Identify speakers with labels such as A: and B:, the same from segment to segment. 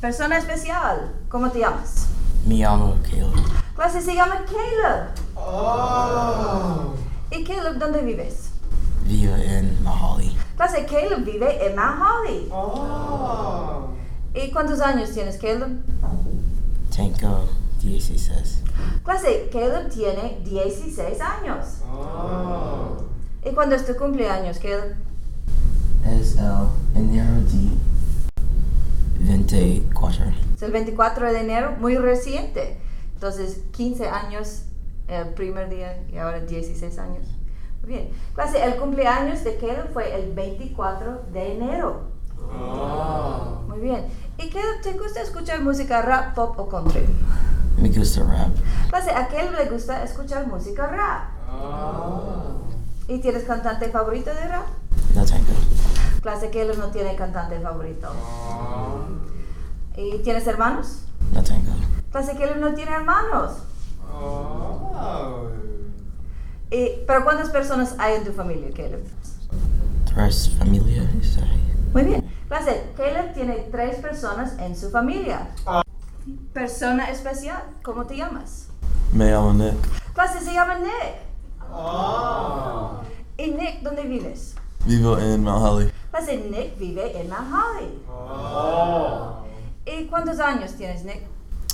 A: Persona especial, ¿cómo te llamas?
B: Me llamo Caleb.
A: Clase se llama Caleb.
C: Oh.
A: ¿Y Caleb dónde vives?
B: Vivo en Mahali.
A: Clase Caleb vive en Mount Holly.
C: Oh.
A: ¿Y cuántos años tienes, Caleb?
B: Tengo 16.
A: Clase Caleb tiene 16 años.
C: Oh.
A: ¿Y cuándo es tu cumpleaños, Caleb?
B: Es el enero de 24.
A: Es el 24 de enero, muy reciente. Entonces, 15 años el primer día y ahora 16 años. Muy bien. Clase, el cumpleaños de Caleb fue el 24 de enero.
C: Oh.
A: Muy bien. ¿Y Caleb, te gusta escuchar música rap, pop o country?
B: Me gusta rap.
A: Clase, a Caleb le gusta escuchar música rap. ¿Y tienes cantante favorito de rap?
B: No tengo.
A: Clase, Caleb no tiene cantante favorito.
C: Oh.
A: ¿Y tienes hermanos?
B: No tengo.
A: Clase, Caleb no tiene hermanos.
C: Oh.
A: ¿Y- ¿Pero cuántas personas hay en tu familia, Caleb?
B: Tres familias. Sorry.
A: Muy bien. Clase, Caleb tiene tres personas en su familia.
C: Ah.
A: Persona especial, ¿cómo te llamas?
B: Me llamo Nick.
A: Clase, se llama Nick.
C: Oh.
A: ¿Y Nick, dónde vives?
B: Vivo en Mahali.
A: Clase, Nick vive en Mount Holly.
C: Oh.
A: ¿Y cuántos años tienes, Nick?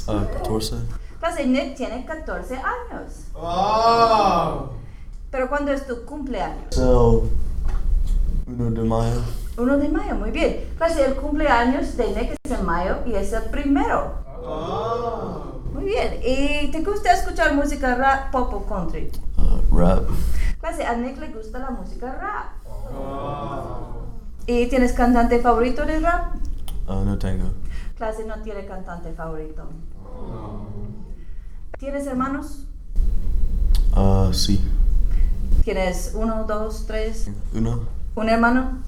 B: Uh, 14.
A: Clase, Nick tiene 14 años.
C: Oh.
A: ¿Pero cuándo es tu cumpleaños?
B: So, uno de mayo.
A: 1 de mayo, muy bien. Clase, el cumpleaños de Nick es en mayo y es el primero.
C: Oh.
A: Muy bien. ¿Y te gusta escuchar música rap, pop o country?
B: Uh, rap.
A: Clase, a Nick le gusta la música rap.
C: Oh.
A: ¿Y tienes cantante favorito de rap?
B: Uh, no tengo.
A: Clase no tiene cantante favorito. ¿Tienes hermanos?
B: Uh, sí.
A: ¿Tienes uno, dos, tres?
B: Uno.
A: ¿Un hermano?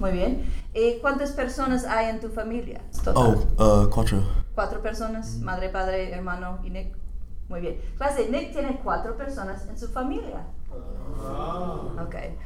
A: Muy bien. ¿Y cuántas personas hay en tu familia?
B: Oh,
A: Total.
B: uh, cuatro.
A: Cuatro personas, madre, padre, hermano y Nick. Muy bien. Clase, Nick tiene cuatro personas en su familia.
C: Oh.
A: Ok.